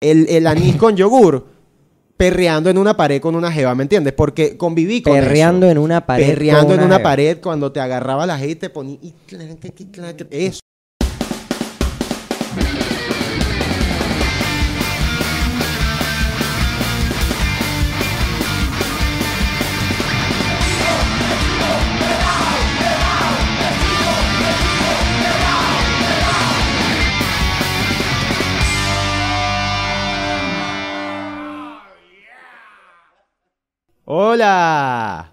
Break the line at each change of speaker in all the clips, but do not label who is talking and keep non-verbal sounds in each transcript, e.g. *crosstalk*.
el, el anís con yogur perreando en una pared con una jeva, ¿me entiendes? Porque conviví con
Perreando en una pared.
perreando
con
en una
jeva.
pared cuando te agarraba la gente y te ponía y clac, y clac, eso. Hola.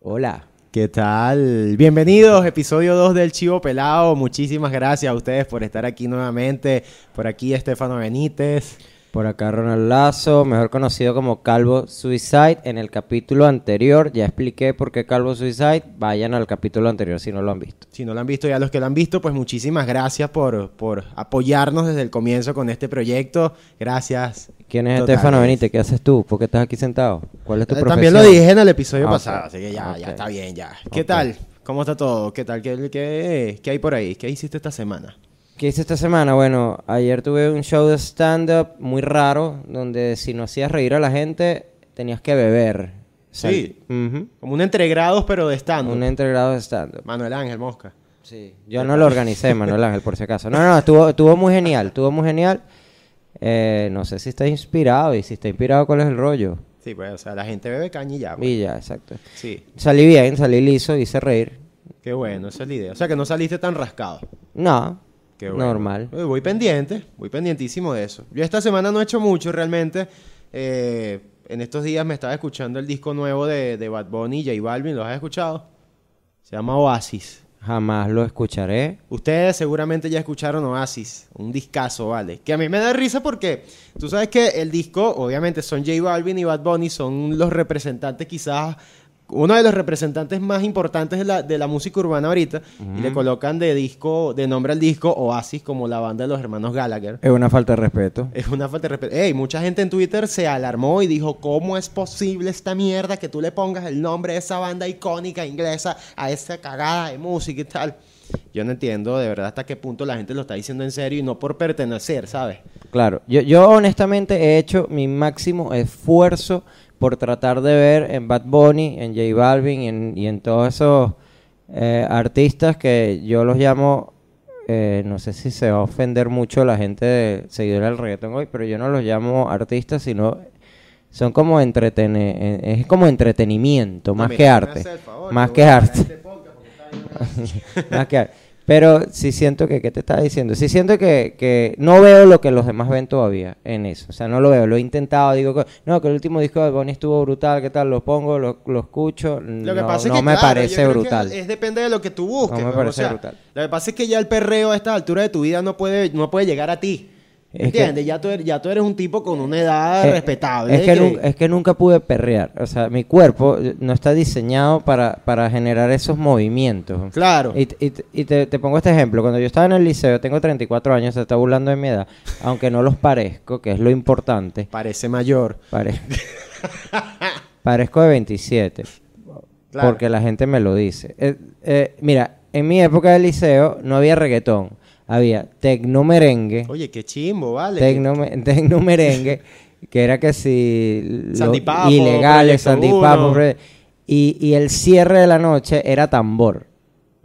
Hola.
¿Qué tal? Bienvenidos, episodio 2 del Chivo Pelado. Muchísimas gracias a ustedes por estar aquí nuevamente. Por aquí Estefano Benítez.
Por acá Ronald Lazo, mejor conocido como Calvo Suicide. En el capítulo anterior ya expliqué por qué Calvo Suicide. Vayan al capítulo anterior si no lo han visto.
Si no lo han visto y a los que lo han visto, pues muchísimas gracias por, por apoyarnos desde el comienzo con este proyecto. Gracias.
¿Quién es
Total.
Estefano Benítez? ¿Qué haces tú? ¿Por qué estás aquí sentado? ¿Cuál es tu
Eh,
profesión?
También lo dije en el episodio
Ah,
pasado,
ok.
así que ya,
Ok.
ya está bien, ya. ¿Qué
Ok.
tal? ¿Cómo está todo? ¿Qué tal? ¿Qué, qué, qué hay por ahí? ¿Qué hiciste esta semana?
¿Qué hice esta semana? Bueno, ayer tuve un show de stand-up muy raro, donde si no hacías reír a la gente, tenías que beber. Sal-
Sí.
Ujú.
Como un entregrados, pero de stand
Un integrado de stand-up.
Manuel Ángel Mosca.
Sí, yo no lo organicé, Manuel Ángel, por si acaso. No, no, estuvo, estuvo muy genial, estuvo muy genial. Eh, no sé si está inspirado y si está inspirado, ¿cuál es el rollo?
Sí, pues, o sea, la gente bebe caña y ya. pues.
Y ya, exacto.
Sí,
Salí bien, salí liso, hice reír.
qué bueno, esa es la idea. O sea, que no saliste tan rascado.
No,
Qué bueno.
normal.
Eh, Voy pendiente, voy pendientísimo de eso. Yo esta semana no he hecho mucho realmente. Eh, en estos días me estaba escuchando el disco nuevo de, de Bad Bunny y J Balvin, ¿los has escuchado? Se llama Oasis.
Jamás lo escucharé.
Ustedes seguramente ya escucharon Oasis, un discazo, ¿vale? Que a mí me da risa porque tú sabes que el disco, obviamente, son J Balvin y Bad Bunny, son los representantes quizás, uno de los representantes más importantes de la, de la música urbana ahorita, y le colocan de disco, de nombre al disco Oasis como la banda de los hermanos Gallagher.
Es una falta de respeto.
Es una falta de respeto. Ey, mucha gente en Twitter se alarmó y dijo, ¿cómo es posible esta mierda que tú le pongas el nombre de esa banda icónica inglesa a esa cagada de música y tal? Yo no entiendo de verdad hasta qué punto la gente lo está diciendo en serio y no por pertenecer, ¿sabes?
Claro, yo, yo honestamente he hecho mi máximo esfuerzo por tratar de ver en Bad Bunny, en J Balvin y en, y en todos esos eh, artistas que yo los llamo, eh, no sé si se va a ofender mucho la gente de seguidora del reggaetón hoy, pero yo no los llamo artistas, sino son como entretene, eh, es como entretenimiento, más que arte, más que arte. Nada que ver. Pero sí siento que, ¿qué te estaba diciendo? Sí siento que, que no veo lo que los demás ven todavía en eso. O sea, no lo veo. Lo he intentado, digo, co- no, que el último disco de Bonnie estuvo brutal, ¿qué tal? Lo pongo, lo, lo escucho.
Lo que
no,
pasa es
no
que
me
claro, yo
parece
creo que
brutal.
es depende de lo que tú busques.
No me
weón,
parece
o sea,
brutal.
Lo que pasa es que ya el perreo a esta altura de tu vida no puede, no puede llegar a ti.
Es que-
¿Entiendes? Ya, tú eres, ya tú eres un tipo con una edad
Eh,
respetable.
Es que,
que-
nun- es que nunca pude perrear. O sea, mi cuerpo eh, no está diseñado para, para generar esos movimientos.
Claro.
Y, t- y t- y te, te pongo este ejemplo. Cuando yo estaba en el liceo, tengo 34 años, se está burlando de mi edad, aunque no los parezco, que es lo importante.
Parece mayor.
Pare- *laughs* Parezco de 27.
Claro.
Porque la gente me lo dice. Eh, eh, mira, en mi época de liceo no había reggaetón. Había tecno merengue,
Oye, qué chimbo, vale.
tecno, me- *laughs* tecno merengue, que era que si los
Sandipapo,
ilegales,
Proyecto Uno.
sandipapo, Proye- y, y el cierre de la noche era tambor.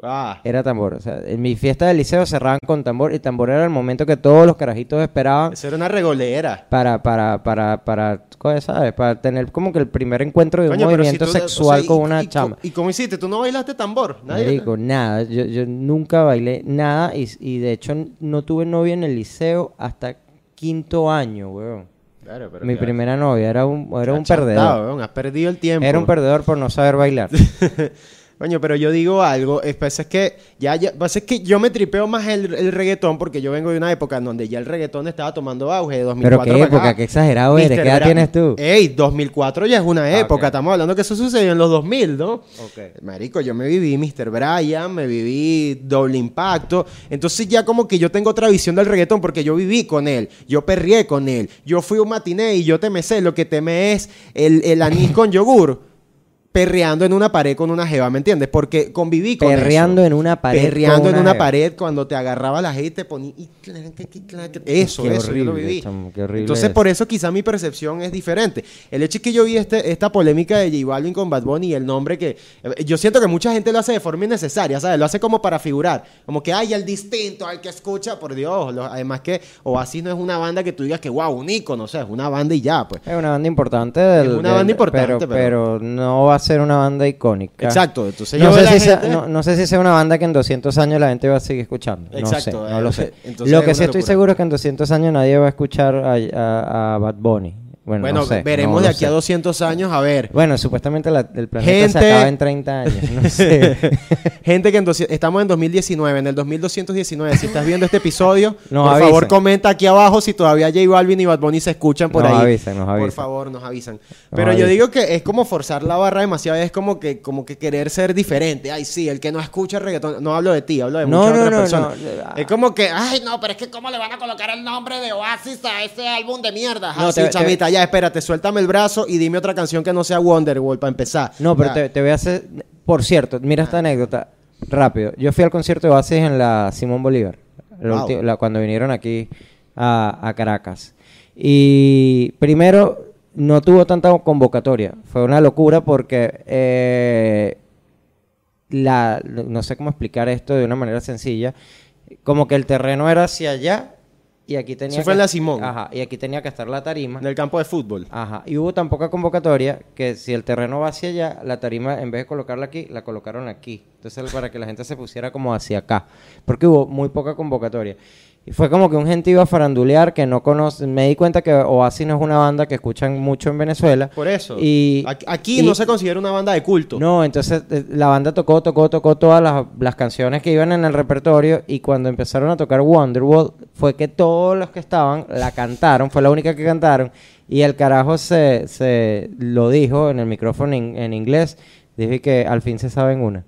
Ah,
Era tambor. O sea, en mi fiesta de liceo cerraban con tambor y tambor era el momento que todos los carajitos esperaban
eso era una regolera.
para, para, para, para, ¿cómo ¿sabes? Para tener como que el primer encuentro de un
Coño, pero
movimiento
si tú-
sexual
o sea, y-
con
y
una
co-
chama.
¿Y cómo hiciste? ¿Tú no bailaste tambor? Nadie.
Marico, nada. Yo, yo nunca bailé nada y, y de hecho no tuve novia en el liceo hasta quinto año, weón.
Claro, pero
Mi
ya,
primera novia era un, era un
achantado,
perdedor.
weón, Has perdido el tiempo.
Era un perdedor por no
*laughs*
saber bailar.
Coño, pero yo digo algo, es pasa es que ya, ya pasa es que yo me tripeo más el, el reggaetón porque yo vengo de una época en donde ya el reggaetón estaba tomando auge de 2004
qué
para
época,
acá.
qué exagerado eres,
Mister Eh,
¿qué edad
Bra-
tienes tú? Ah,
Ey, 2004 ya es una época,
ok.
estamos hablando que eso sucedió en los 2000, ¿no?
Ok.
Marico, yo me viví Mr. Bryan, me viví Doble Impacto. Entonces ya como que yo tengo otra visión del reggaetón porque yo viví con él, yo perrié con él, yo fui a un matiné y yo te me sé, lo que teme es el, el anís con yogur. perreando en una pared con una jeva, ¿me entiendes? Porque conviví con
Perreando
eso.
en una pared.
Perreando
con
en una
jeva.
pared cuando te agarraba la jeva y te ponía... y clac, clac, clac, clac. Eso,
Qué
eso, yo lo
horrible,
viví.
chamo, qué horrible
Entonces,
es.
por eso quizá mi percepción es diferente. El hecho es que yo vi este, esta polémica de J Balvin con Bad Bunny y el nombre que... eh, Yo siento que mucha gente lo hace de forma innecesaria, ¿sabes? Lo hace como para figurar. Como que, ay, el distinto, al que escucha, por Dios. Lo- además que Oasis no es una banda que tú digas que, wow, un ícono, o sea, es una banda y ya, pues.
Es una banda importante. Del,
Es una
del-
banda importante,
pero,
pero-
pero no va a ser una banda icónica.
Exacto, entonces yo
No
veo
sé,
la
si sea,
gente-
no, no sé si sea una banda que en 200 años la gente va a seguir escuchando. no sé,
Exacto,
no
eh,
lo sé.
entonces
lo
es
que sí
una
estoy
locura.
seguro es que en 200 años nadie va a escuchar a, a- a Bad Bunny. Bueno,
Bueno,
no sé,
veremos
no
de
lo
aquí a
sé.
200 años, a ver.
Bueno, supuestamente la- el planeta
Gente-
se acaba en 30 años. No *laughs* sé.
*laughs* Gente que en 200 estamos en 2019, en el 2219, si estás viendo este episodio,
*laughs* Nos
por favor
avisen.
comenta aquí abajo si todavía J Balvin y Bad Bunny se escuchan por
Nos
ahí.
avisan, nos
Por
avisan.
favor, nos avisan.
Nos
Pero yo
avisan.
digo que es como forzar la barra demasiado, es como que como que querer ser diferente. Ay, sí, el que no escucha reggaetón, no hablo de ti, hablo de
No,
muchas
no,
otras
no, Ah.
personas.
no.
Es como que, ay, no, pero es que cómo le van a colocar el nombre de Oasis a ese álbum de mierda.
No,
No,
te- te-
chamita, ya, espérate, suéltame el brazo y dime otra canción que no sea Wonderwall para empezar.
No, pero
Ya. Ah.
te, te voy a hacer. Por cierto, mira esta anécdota. Rápido. Yo fui al concierto de Oasis en la Simón Bolívar. la
Wow.
ulti- la- cuando vinieron aquí a, a Caracas. Y primero, no tuvo tanta convocatoria. Fue una locura porque. eh, la, no sé cómo explicar esto de una manera sencilla. Como que el terreno era hacia allá. Y aquí tenía
Eso fue
que-
en la Simón.
Ajá, y aquí tenía que estar la tarima.
En el campo de fútbol.
Ajá. Y hubo tan poca convocatoria que si el terreno va hacia allá, la tarima, en vez de colocarla aquí, la colocaron aquí. Entonces, para que la gente se pusiera como hacia acá. Porque hubo muy poca convocatoria. Y fue como que un gente iba a farandulear que no conoce. Me di cuenta que Oasis no es una banda que escuchan mucho en Venezuela.
Por eso.
Y,
Aquí- aquí
y-
no se considera una banda de culto.
no, entonces eh, la banda tocó, tocó, tocó todas las, las canciones que iban en el repertorio y cuando empezaron a tocar Wonderwall fue que todos los que estaban la cantaron, fue la única que cantaron y el carajo se, se lo dijo en el micrófono en, en inglés, dije que al fin se saben una.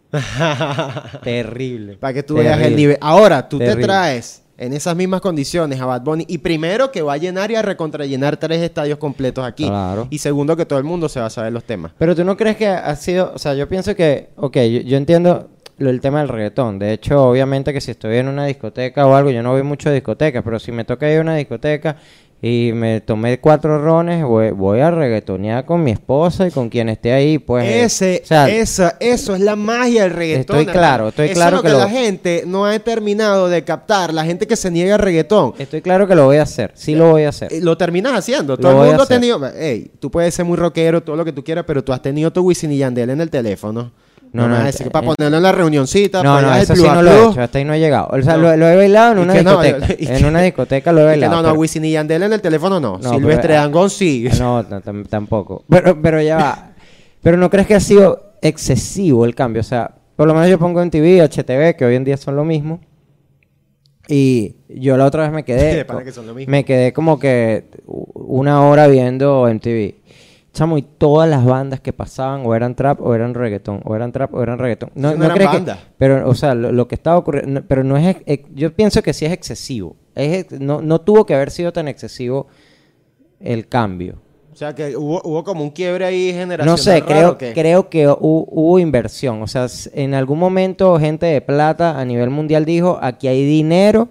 Terrible.
Para que tú
Terrible.
veas el nivel. Ahora, tú te
Terrible.
traes en esas mismas condiciones a Bad Bunny y primero que va a llenar y a recontrallenar tres estadios completos aquí.
Claro.
Y segundo que todo el mundo se va a saber los temas.
Pero tú no crees que ha sido, o sea, yo pienso que, ok, yo, yo entiendo lo, el tema del reggaetón. De hecho, obviamente que si estoy en una discoteca o algo, yo no voy mucho a discotecas, pero si me toca ir a una discoteca y me tomé cuatro rones, voy, voy a reggaetonear con mi esposa y con quien esté ahí, pues... eh,
Ese,
o sea,
esa- eso es la magia del reggaetón.
Estoy
hermano.
claro, estoy
Eso
claro
es lo que,
que
la
lo-
gente no ha terminado de captar. La gente que se niega al reggaetón.
Estoy claro que lo voy a hacer, sí lo voy a hacer.
Eh, Lo terminas haciendo.
Lo
Todo
voy
el
a
mundo ha
hacer.
tenido. Ey, tú puedes ser muy rockero, todo lo que tú quieras, pero tú has tenido tu Wisin y Yandel en el teléfono.
No,
No,
no,
no,
eh,
Para
eh.
ponerlo en la reunioncita.
No,
para
no,
allá, pues, el
eso sí
plus a
no lo he
plus.
hecho, hasta ahí no he llegado. O sea,
No.
lo, lo he bailado en
Y
una
que no,
discoteca.
*laughs* y
en
que-
una discoteca lo he
Y que
bailado.
no, no,
pero-
Wisin y Yandel en el teléfono no.
No,
Silvestre
pero- eh,
Dangond sí.
No, no, tam- tampoco. Pero, pero ya va. Pero no crees que ha sido excesivo el cambio. O sea, por lo menos yo pongo en TV, HTV, que hoy en día son lo mismo. Y yo la otra vez me
*laughs*
quedé.
De pana
co-
que son lo mismo.
Me quedé como que u- una hora viendo MTV. Chamo, y todas las bandas que pasaban o eran trap o eran reggaetón, o eran trap o eran reggaetón. No,
Sí, no
no
eran
crees que-
bandas.
pero, o sea, lo, lo que estaba ocurriendo, no- pero no es, ex- ex- yo pienso que sí es excesivo. Es, ex- no, no tuvo que haber sido tan excesivo el cambio.
*laughs* O sea que hubo, hubo como un quiebre ahí generacional.
No sé,
raro,
creo,
¿o qué?
creo que hu- hubo inversión. O sea, s- en algún momento gente de plata a nivel mundial dijo, aquí hay dinero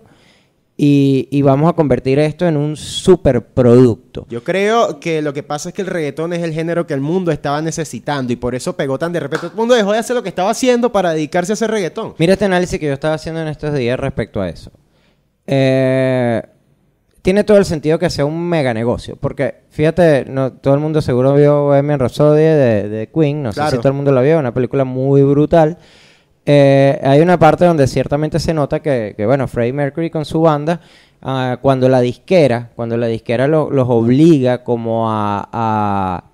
y, y vamos a convertir esto en un superproducto.
Yo creo que lo que pasa es que el reggaetón es el género que el mundo estaba necesitando y por eso pegó tan de repente. Todo el mundo dejó de hacer lo que estaba haciendo para dedicarse a hacer reggaetón.
Mira este análisis que yo estaba haciendo en estos días respecto a eso. Eh, tiene todo el sentido que sea un mega negocio. Porque, fíjate, no, todo el mundo seguro vio Bohemian Rhapsody de, de Queen. No sé
Claro.
si todo el mundo la vio. Una película muy brutal. Eh, hay una parte donde ciertamente se nota que, que, bueno, Freddie Mercury con su banda, ah, cuando la disquera, cuando la disquera lo- los obliga como a- a,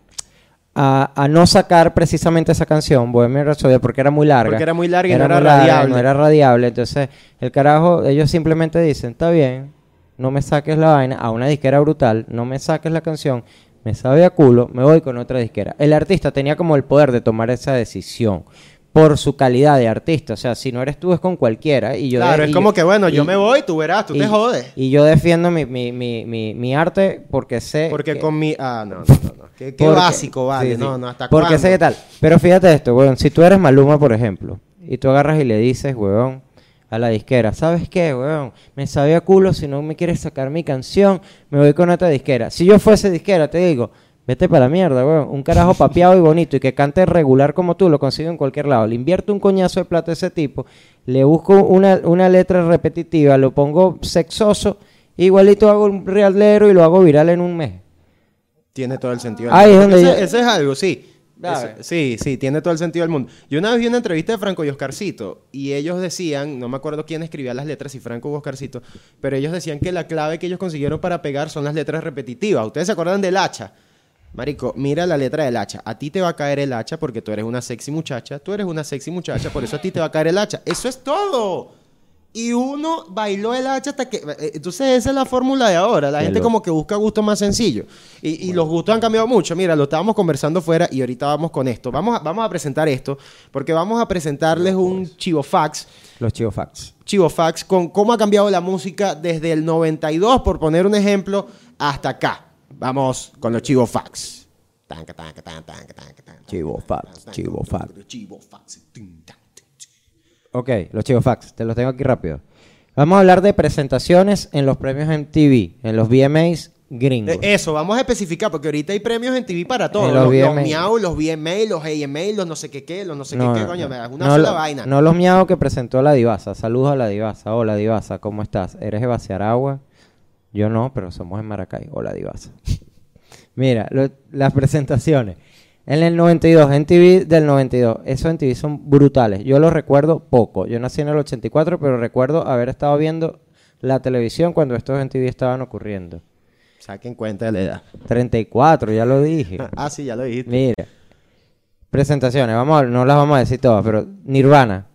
a, a no sacar precisamente esa canción, Bohemian Rhapsody, porque era muy larga.
Porque era muy larga y no era
muy
radiable.
no era radiable. Entonces, el carajo, ellos simplemente dicen, está bien, no me saques la vaina a una disquera brutal, no me saques la canción, me sabe a culo, me voy con otra disquera. El artista tenía como el poder de tomar esa decisión por su calidad de artista. O sea, si no eres tú, es con cualquiera. Y yo
claro,
de-
es
y
como
yo-
que bueno, yo
y-
me voy, tú verás, tú
y-
te jodes.
Y yo defiendo mi, mi, mi, mi, mi arte porque sé
Porque
que-
con mi. Ah, no, no, no. no. Qué, qué
Porque-
básico, vale.
sí, sí.
No, no, hasta
Porque sé
cuándo?
qué tal. Pero fíjate esto, weón. Si tú eres Maluma, por ejemplo, y tú agarras y le dices, weón, a la disquera, ¿sabes qué, weón? Me sabía culo, si no me quieres sacar mi canción, me voy con otra disquera. Si yo fuese disquera, te digo, vete para la mierda, weón. Un carajo papeado y bonito y que cante regular como tú, lo consigo en cualquier lado. Le invierto un coñazo de plata a ese tipo, le busco una, una letra repetitiva, lo pongo sexoso, igualito hago un realero y lo hago viral en un mes.
Tiene todo el sentido.
Ahí es
mundo.
donde
ese,
yo-
ese es algo, sí.
Dale.
Eso- sí, sí, tiene todo el sentido del mundo. Yo una vez vi una entrevista de Franco y Oscarcito y ellos decían, no me acuerdo quién escribía las letras, si Franco o Oscarcito, pero ellos decían que la clave que ellos consiguieron para pegar son las letras repetitivas. ¿Ustedes se acuerdan del hacha? Marico, mira la letra del hacha. A ti te va a caer el hacha porque tú eres una sexy muchacha, tú eres una sexy muchacha, por eso a ti te va a caer el hacha. Eso es todo. Y uno bailó el hacha hasta que... eh, Entonces esa es la fórmula de ahora. La
Qué
gente
loco.
como que busca gustos más sencillos. Y, y los gustos han cambiado mucho. Mira, lo estábamos conversando fuera y ahorita vamos con esto. Vamos a, vamos a presentar esto porque vamos a presentarles un chivo fax.
Los chivo facts.
Chivo fax con cómo ha cambiado la música desde el 92, por poner un ejemplo, hasta acá. Vamos con los chivo fax. Tanca, tanca, tan, tanca, tanca, tan.
Chivo fax, chivo fax.
Chivo fax. Tin, tan, tin, tin.
Ok, los chivo facts, te los tengo aquí rápido. Vamos a hablar de presentaciones en los premios MTV, en los VMAs gringos.
Eh, Eso, vamos a especificar, porque ahorita hay premios en TV para todo.
En
Los,
los
los
VMA.
Miau, los VMA, los AMA, los no sé qué qué, los no sé qué qué, coño, es una
no
sola
lo-
vaina.
no los miados que presentó la divasa. Saludos a la divasa. Hola divasa, ¿cómo estás? ¿Eres de Baciaragua? Yo no, pero somos en Maracay. Hola divasa. *laughs* Mira, lo- las presentaciones. En el 92, MTV del 92. Esos MTV son brutales. Yo los recuerdo poco. Yo nací en el 84, pero recuerdo haber estado viendo la televisión cuando estos MTV estaban ocurriendo.
Saquen cuenta de la edad.
34, ya lo dije.
*laughs* Ah, sí, ya lo dijiste.
Mira. Presentaciones, vamos a- no las vamos a decir todas, pero Nirvana.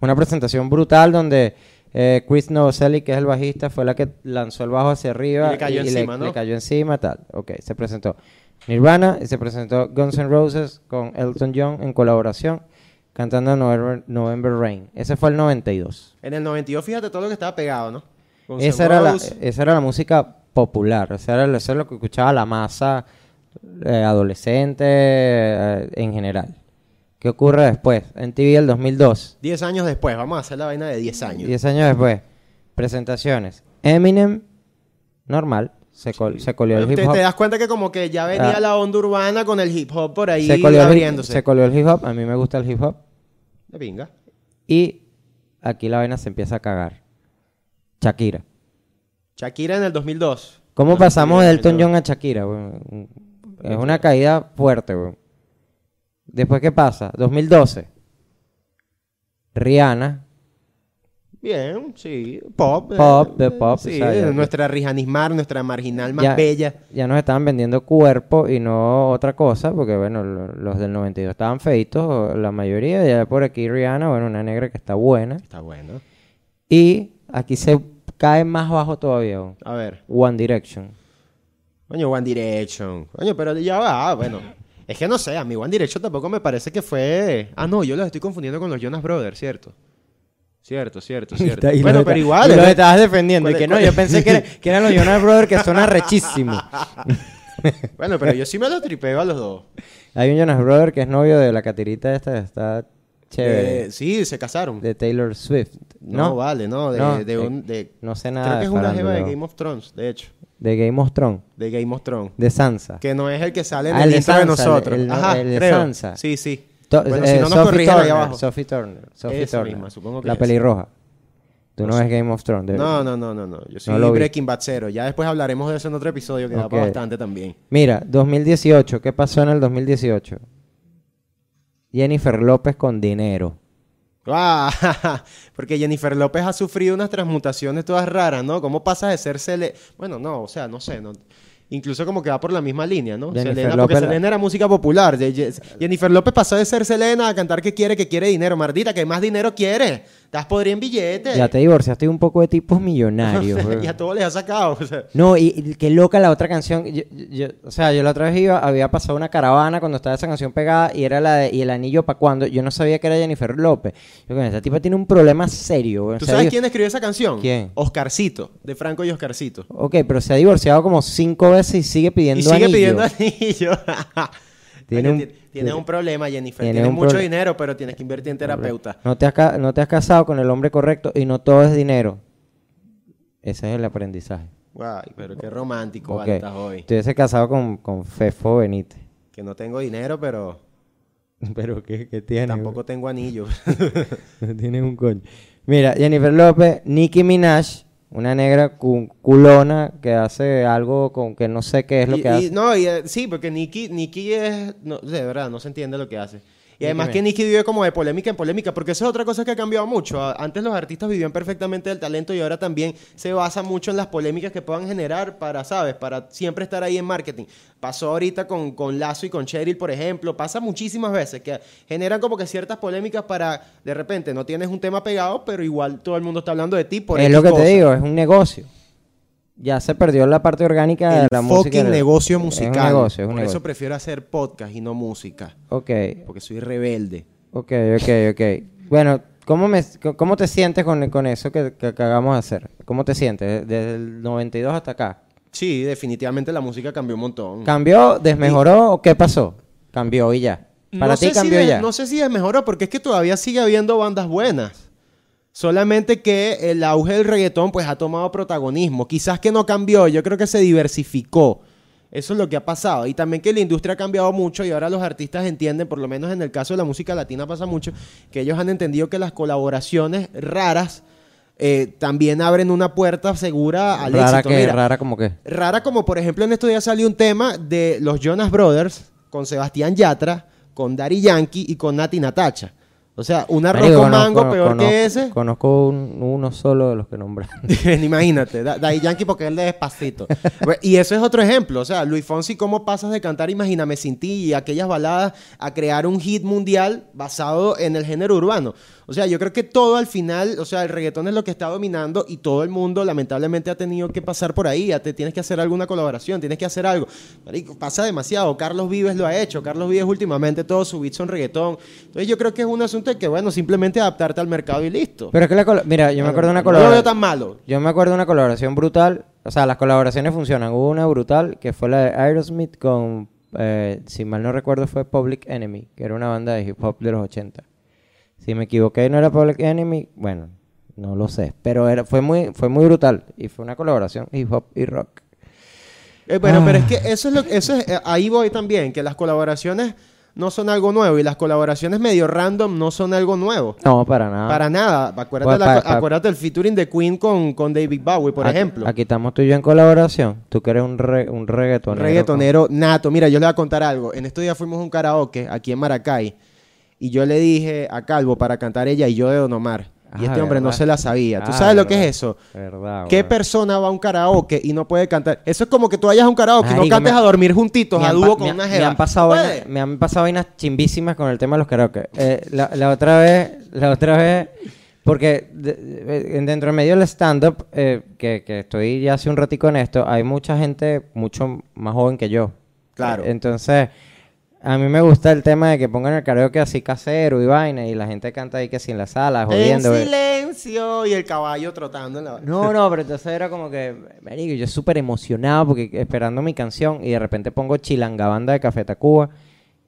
Una presentación brutal donde eh, Chris Novoselic, que es el bajista, fue la que lanzó el bajo hacia arriba.
Y le cayó encima, ¿no?
le cayó encima, tal. Ok, se presentó Nirvana y se presentó Guns N' Roses con Elton John en colaboración cantando November, November Rain. Ese fue el 92.
En el 92, fíjate todo lo que estaba pegado, ¿no? Guns
Esa
N'
era, la,
Roses.
esa era la música popular, o sea, era, eso es lo que escuchaba la masa eh, adolescente eh, en general. ¿Qué ocurre después? En TV el 2002,
10 años después, vamos a hacer la vaina de 10 años.
10 años después, presentaciones. Eminem, normal, se, col- se colió el
Te,
hip
te
hop.
das cuenta que como que ya venía
Ah.
la onda urbana con el hip hop por ahí
Se colió, el,
abriéndose.
se colió el hip hop, a mí me gusta el hip hop.
De pinga.
Y aquí la vaina se empieza a cagar. Shakira.
Shakira en el 2002.
¿Cómo pasamos de
sí,
Elton
yo-
John a Shakira? weón? Es una caída fuerte, weón. Después, ¿qué pasa? 2012. Rihanna.
Bien, sí. Pop. eh,
Pop, de pop,
Sí,
o sea, ya-
nuestra Rijanismar, nuestra marginal más
ya,
bella.
Ya nos estaban vendiendo cuerpo y no otra cosa, porque bueno, lo- los del 92 estaban feitos, la mayoría. Ya por aquí Rihanna, bueno, una negra que está buena.
Está bueno.
Y aquí se cae más bajo todavía, weón.
A ver.
One Direction.
Coño, One Direction. Coño, pero ya va, ah, bueno. Es que no sé, a mí One Direction tampoco me parece que fue. Ah, no, yo los estoy confundiendo con los Jonas Brothers, ¿cierto? Cierto, cierto, cierto.
*laughs* Y
bueno,
los
pero
está-
igual.
Y los
¿eh?
estabas defendiendo. Y
¿Cuál
que
es-
no,
cuál
yo
es?
pensé que, era- que eran los Jonas Brothers que suena rechísimo.
Bueno, pero yo sí me los tripeo a los dos.
Hay un Jonas Brother que es novio de la catirita esta, está chévere.
Eh, sí, se casaron.
De Taylor Swift.
no,
No,
vale, no. De,
No,
de
eh,
un, de-
no sé
creo
nada
que es
de
una jeva de
farándula.
Game of Thrones, de hecho.
de Game of Thrones.
De Game of Thrones.
De Sansa.
Que no es el que sale en
Ah,
el
el de
intro de
Sansa, el-
nosotros.
el-
Ajá,
el de
creo.
Sansa.
Sí, sí.
To-
bueno,
eh,
si no nos
Sophie,
corrigen ahí
Turner,
abajo.
Sophie Turner. Sophie
Esa
Turner.
misma, supongo que
la
es.
pelirroja. Tú no, ves Game of Thrones. de-
No, no, no, no, no. Yo soy
No lo vi.
Breaking Bad cero. Ya después hablaremos de eso en otro episodio que da para
Ok.
bastante también.
Mira, 2018. ¿Qué pasó en el 2018? Jennifer López con dinero.
Ah, *laughs* porque Jennifer López ha sufrido unas transmutaciones todas raras, ¿no? ¿Cómo pasa de ser Selena? Bueno, no, o sea, no sé, no. Incluso como que va por la misma línea, ¿no?
Jennifer
Selena, porque
López la-
Selena era música popular. De- Ye- Jennifer López pasó de ser Selena a cantar que quiere, que quiere dinero. Mardita, que más dinero quiere. Estás podrida en billetes.
Ya te divorciaste de un poco
*laughs*
de tipos millonarios. weón.
y a todos les ha sacado. o sea.
No, y, y qué loca la otra canción. Yo- yo- yo- o sea, yo la otra vez iba, había pasado una caravana cuando estaba esa canción pegada y era la de Y el anillo para cuando. Yo no sabía que era Jennifer López. Yo con esta tipa tiene un problema serio. güey. O
¿Tú
sea,
sabes
digo,
quién escribió esa canción?
¿Quién?
Oscarcito, de Franco y Oscarcito.
Ok, pero se ha divorciado como cinco veces y sigue pidiendo
Y sigue
anillo.
pidiendo anillo. *laughs*
Tiene
Tiene
un-
tienes un problema, Jennifer.
tiene
tienes
un
mucho
proble-
dinero, pero tienes que invertir en terapeuta.
No te, has, ca- no te has casado con el hombre correcto y no todo es dinero. Ese es el aprendizaje.
Guay, pero qué romántico
Ok.
vale, estás hoy.
Estuviese casado con, con Fefo Benítez. *laughs*
Que no tengo dinero, pero
Pero ¿qué, qué tiene?
tampoco tengo anillo.
*laughs* No tiene un coño. Mira, Jennifer López, Nicki Minaj, una negra cu- culona que hace algo con que no sé qué es lo
Y-
que
y
hace.
No, y, eh, sí, porque Nicky, Nicky es. No, de verdad, no se entiende lo que hace. Y además
Nicki
que Nicky vive como de polémica en polémica, porque eso es otra cosa que ha cambiado mucho. A- Antes los artistas vivían perfectamente del talento y ahora también se basa mucho en las polémicas que puedan generar para, ¿sabes? Para siempre estar ahí en marketing. Pasó ahorita con, con Lazo y con Cheryl, por ejemplo. Pasa muchísimas veces que generan como que ciertas polémicas para, de repente, no tienes un tema pegado, pero igual todo el mundo está hablando de ti por
es
X
lo que
cosa.
te digo, es un negocio. Ya se perdió la parte orgánica de
el
la música.
fucking negocio musical.
Es un negocio, es un
Por
negocio.
eso prefiero hacer podcast y no música.
Ok,
Porque soy rebelde.
ok, ok, ok. Bueno, ¿cómo, me, co- cómo te sientes con, con eso que, que acabamos de hacer? ¿Cómo te sientes desde el 92 hasta acá?
Sí, definitivamente la música cambió un montón.
¿Cambió, desmejoró o qué pasó? Cambió y ya. Para
no
ti
sé si
cambió
de-
ya.
No sé si desmejoró, porque es que todavía sigue habiendo bandas buenas. Solamente que el auge del reggaetón pues ha tomado protagonismo. Quizás que no cambió, yo creo que se diversificó. Eso es lo que ha pasado. Y también que la industria ha cambiado mucho y ahora los artistas entienden, por lo menos en el caso de la música latina pasa mucho, que ellos han entendido que las colaboraciones raras eh, también abren una puerta segura al
rara
éxito.
que,
Mira,
rara como que.
Rara como por ejemplo en estos días salió un tema de los Jonas Brothers con Sebastián Yatra, con Dari Yankee y con Nati Natacha. O sea, un arroz
Marico,
con
conozco-
mango peor
conozco-
que ese.
Conozco un- uno solo de los
*laughs*
que nombraron.
Imagínate, Da- Daddy Yankee porque él es despacito. Bueno, y eso es otro ejemplo. O sea, Luis Fonsi, ¿cómo pasas de cantar Imagíname sin ti y aquellas baladas a crear un hit mundial basado en el género urbano? O sea, yo creo que todo al final, o sea, el reggaetón es lo que está dominando y todo el mundo lamentablemente ha tenido que pasar por ahí. Ya te tienes que hacer alguna colaboración, tienes que hacer algo. Marico, pasa demasiado. Carlos Vives lo ha hecho. Carlos Vives últimamente todos sus beats son reggaetón. Entonces yo creo que es un asunto de que, bueno, simplemente adaptarte al mercado y listo.
Pero es que la colo- Mira, yo me acuerdo de una
No lo veo
colaboración.
tan malo.
Yo me acuerdo de una colaboración brutal. O sea, las colaboraciones funcionan. Hubo una brutal que fue la de Aerosmith con, eh, si mal no recuerdo, fue Public Enemy, que era una banda de hip hop de los 80. Si me equivoqué y no era Public Enemy, bueno, no lo sé. Pero era, fue, muy, fue muy brutal y fue una colaboración hip hop y rock.
Eh, bueno, pero es
Ah.
que eso es lo eso es, eh, ahí voy también, que las colaboraciones no son algo nuevo y las colaboraciones medio random no son algo nuevo.
No, para nada.
Para nada. Acuérdate,
Pues,
la-
Ah. pa- pa-
acuérdate el featuring de Queen con, con David Bowie, por
Aquí-
ejemplo.
Aquí estamos tú y yo en colaboración. Tú que eres un, re- un
Un
reggaetonero.
reggaetonero nato. Mira, yo le voy a contar algo. En estos días fuimos a un karaoke aquí en Maracay y yo le dije a Calvo para cantar ella y yo de Don Omar. Y
Ah,
este hombre no
¿verdad?
se la sabía. ¿Tú
Ah,
sabes lo que es
¿verdad?
eso?
Verdad,
¿Qué
weón.
persona va a un karaoke y no puede cantar? Eso es como que tú vayas a un karaoke y no
Marico,
cantes
me-
a dormir juntitos,
Me
a
han
dúo
pa-
con
me-
una
me
jeva.
han pasado
No
vainas-
puede.
Me han pasado vainas chimbísimas con el tema de los karaoke. Eh, la, la otra vez, la otra vez, porque de- de- dentro del medio del stand-up, eh, que, que estoy ya hace un ratico en esto, hay mucha gente mucho más joven que yo.
Claro.
Eh, Entonces, a mí me gusta el tema de que pongan el karaoke así casero y vaina, y la gente canta ahí que sin la sala, jodiendo. eh.
En silencio y el caballo trotando en la...
No, no, pero entonces era como que, marico, yo súper emocionado porque esperando mi canción y de repente pongo Chilangabanda de Café Tacuba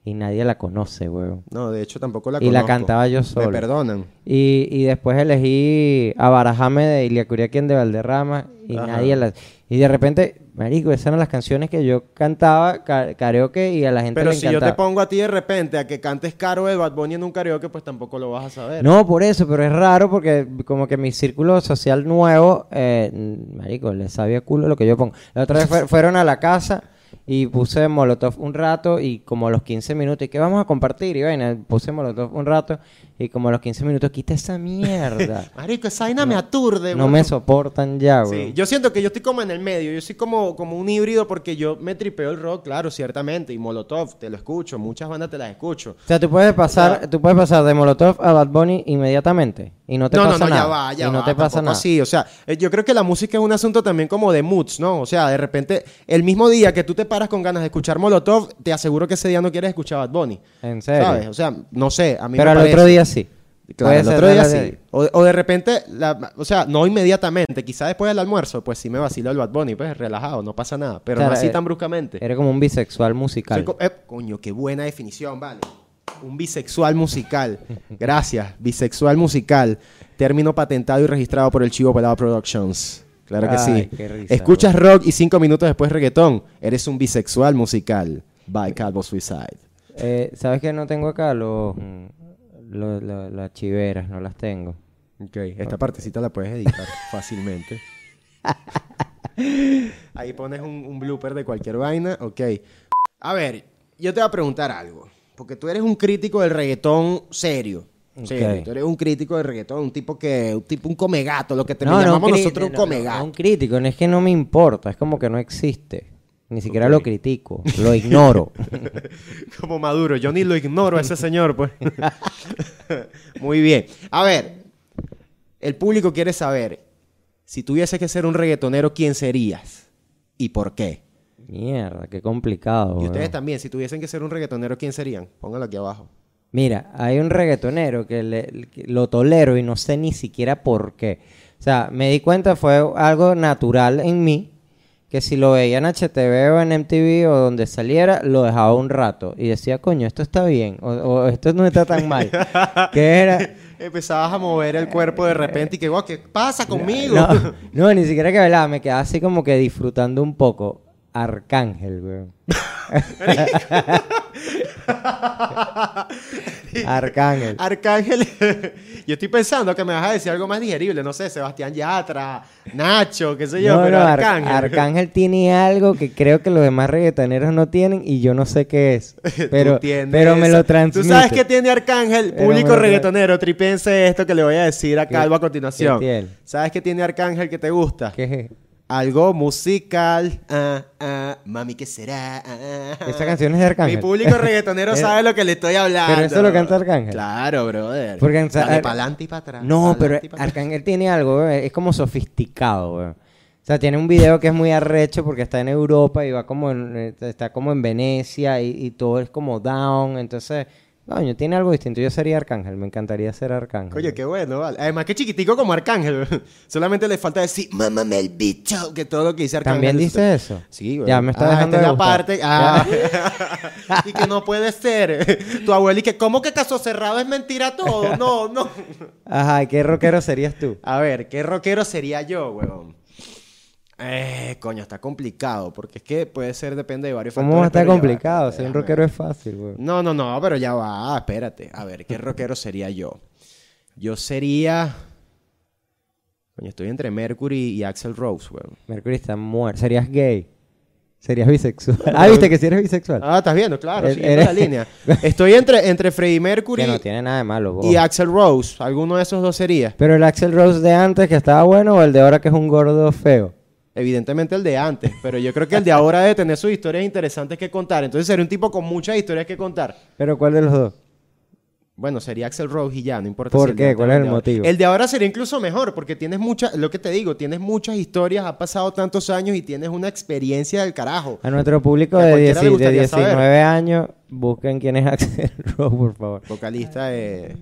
y nadie la conoce, weón.
No, de hecho tampoco la
Y la
conozco.
cantaba yo solo.
Me perdonan.
Y, y después elegí a Barajame de Ilia Curiaquien de Valderrama y
Ajá.
nadie la... Y de repente, marico, esas eran las canciones que yo cantaba, ca- karaoke, y a la gente
Pero
le
si yo
encantaba.
te pongo a ti de repente a que cantes Caro de Bad Bunny en un karaoke, pues tampoco lo vas a saber.
No, por eso, pero es raro porque como que mi círculo social nuevo, eh, mm, marico, le sabía culo lo que yo pongo. La otra vez fue- fueron a la casa y puse Molotov un rato y como a los 15 minutos, ¿y qué vamos a compartir? Y vaina, puse Molotov un rato y como a los 15 minutos, quita
*laughs*
esa mierda.
Marico, esa vaina me aturde.
no
weón.
me soportan ya, güey.
Sí, yo siento que yo estoy como en el medio, yo soy como, como un híbrido porque yo me tripeo el rock, claro, ciertamente, y Molotov, te lo escucho, muchas bandas te las escucho.
O sea, tú puedes pasar, tú puedes pasar de Molotov a Bad Bunny inmediatamente y no te
no,
pasa
no, no,
nada.
ya va, ya
y no
va,
te pasa
tampoco
nada.
así, o sea, eh, yo creo que la música es un asunto también como de moods, ¿no? O sea, de repente, el mismo día que tú te paras con ganas de escuchar Molotov, te aseguro que ese día no quieres escuchar Bad Bunny.
En serio.
¿Sabes? O sea, no sé, a mí
Pero
me
al
parece.
otro día sí.
Claro,
Puede
el
ser,
otro día
dale,
sí.
dale.
O, o de repente, la- o sea, no inmediatamente, quizá después del almuerzo, pues sí me vacilo el Bad Bunny, pues relajado, no pasa nada. Pero
Claro,
no así
eh,
tan bruscamente.
Era como un bisexual musical.
Este, Soy co- eh, coño, qué buena definición, vale. Un bisexual
*laughs*
musical. Gracias, bisexual musical. Término patentado y registrado por el Chivo Pelado Productions. Claro que
Ay,
sí.
qué risa,
Escuchas rock y cinco minutos después reggaetón. Eres un bisexual musical. By Calvo Suicide.
Eh, ¿Sabes que no tengo acá? Los, mm, lo- lo- las chiveras, no las tengo.
Ok, esta partecita la puedes *laughs* editar fácilmente. Ahí pones un, un blooper de cualquier vaina. Ok. A ver, yo te voy a preguntar algo. Porque tú eres un crítico del reggaetón serio. serio.
Ok.
Tú eres un crítico del reggaetón, un tipo que, un tipo un comegato, lo que te
un
llamamos
cri-
nosotros un
no, no,
comegato.
no, un crítico, no es que no me importa, es como que no existe. Ni siquiera
Ok.
lo critico,
*laughs*
lo ignoro.
Como Maduro, yo ni lo ignoro a ese señor, pues. *laughs* Muy bien. A ver, el público quiere saber, si tuviese que ser un reggaetonero, ¿quién serías? ¿Y por qué?
Mierda, qué complicado.
Y ustedes
weón.
también, si tuviesen que ser un reggaetonero, ¿quién serían? Pónganlo aquí abajo.
Mira, hay un reggaetonero que, le- que lo tolero y no sé ni siquiera por qué. O sea, me di cuenta, fue algo natural en mí, que si lo veía en HTV o en MTV o donde saliera, lo dejaba un rato y decía, coño, esto está bien, o, o esto no está tan mal. que era...
Empezabas a mover el cuerpo de repente y que, "Guau, ¿qué pasa conmigo? *laughs*
No, no, ni siquiera que bailaba, me quedaba así como que disfrutando un poco. Arcángel, weón. Arcángel.
Arcángel, *laughs* yo estoy pensando que me vas a decir algo más digerible, no sé, Sebastián Yatra, Nacho, qué sé yo,
No,
pero
no, Ar-
Arcángel.
Arcángel tiene algo que creo que los demás reggaetoneros no tienen y yo no sé qué es.
*laughs* Tú
Pero,
tienes
pero me
esa-
lo transmite.
Tú sabes que tiene Arcángel,
Pero me
público
lo tra-
reggaetonero, tripense esto que le voy a decir a
¿Qué-
Calvo a continuación.
qué tiene?
¿Sabes qué tiene Arcángel que te gusta?
¿Qué es?
Algo musical. Ah, ah, mami, ¿qué será? Ah, ah.
Esa canción es de Arcángel.
Mi público *laughs*
*laughs*
reggaetonero sabe lo que le estoy hablando.
Pero eso lo canta Arcángel.
Claro, brother.
Porque en-
Dale
Ar-
para adelante y para atrás.
No,
pa'lante
pero
y pa'trás.
Arcángel tiene algo, weón, es como sofisticado, weón. O sea, tiene un video que es muy arrecho porque está en Europa y va como en, eh, está como en Venecia y, y todo es como down, entonces, coño, tiene algo distinto. Yo sería Arcángel, me encantaría ser Arcángel.
Oye, qué bueno, vale. Además, que chiquitico como Arcángel. *laughs* Solamente le falta decir, mámame el bicho, que todo lo que dice Arcángel.
¿También dice eso?
Sí, güey.
Ya, me está
Ah, esta
dejando
es
de
la
gustar.
parte. Ah. *laughs* y que no puede ser. tu abuela y que, ¿cómo que caso cerrado es mentira todo? No, no.
Ajá, ¿qué rockero serías
*laughs*
tú?
A ver, ¿qué rockero sería yo, huevón? Eh, coño, está complicado, porque es que puede ser, depende de varios
¿Cómo está
pero ya va,
complicado?
espérate,
Ser un
déjame
rockero es fácil, weón.
no, no, no, pero ya va, espérate. A ver, ¿qué rockero sería yo? Yo sería. Coño, estoy entre Mercury y Axel Rose, weón.
Mercury está muerto. ¿Serías gay?
*laughs*
¿Serías bisexual? Ah, viste que si eres bisexual.
Ah, estás viendo, claro,
Er-
siguiendo la
eres- *laughs*
línea. Estoy entre, entre Freddie Mercury
que no tiene nada de malo,
y
bobo.
Axel Rose. Alguno de esos dos sería.
Pero el Axel Rose de antes que estaba bueno o el de ahora que es un gordo feo.
Evidentemente el de antes, pero yo creo que el de ahora debe tener sus historias interesantes que contar. Entonces sería un tipo con muchas historias que contar.
¿Pero cuál de los dos?
Bueno, sería Axel Rose y ya, no importa.
¿Por
si el
qué?
de antes
¿Cuál
o
es el
de ahora.
motivo?
El de ahora sería incluso mejor, porque tienes muchas, lo que te digo, tienes muchas historias, ha pasado tantos años y tienes una experiencia del carajo.
A nuestro público
Que a
de,
cualquiera le
10 de
gustaría
19
saber.
años, busquen quién es *laughs* Axel Rose, por favor.
Vocalista de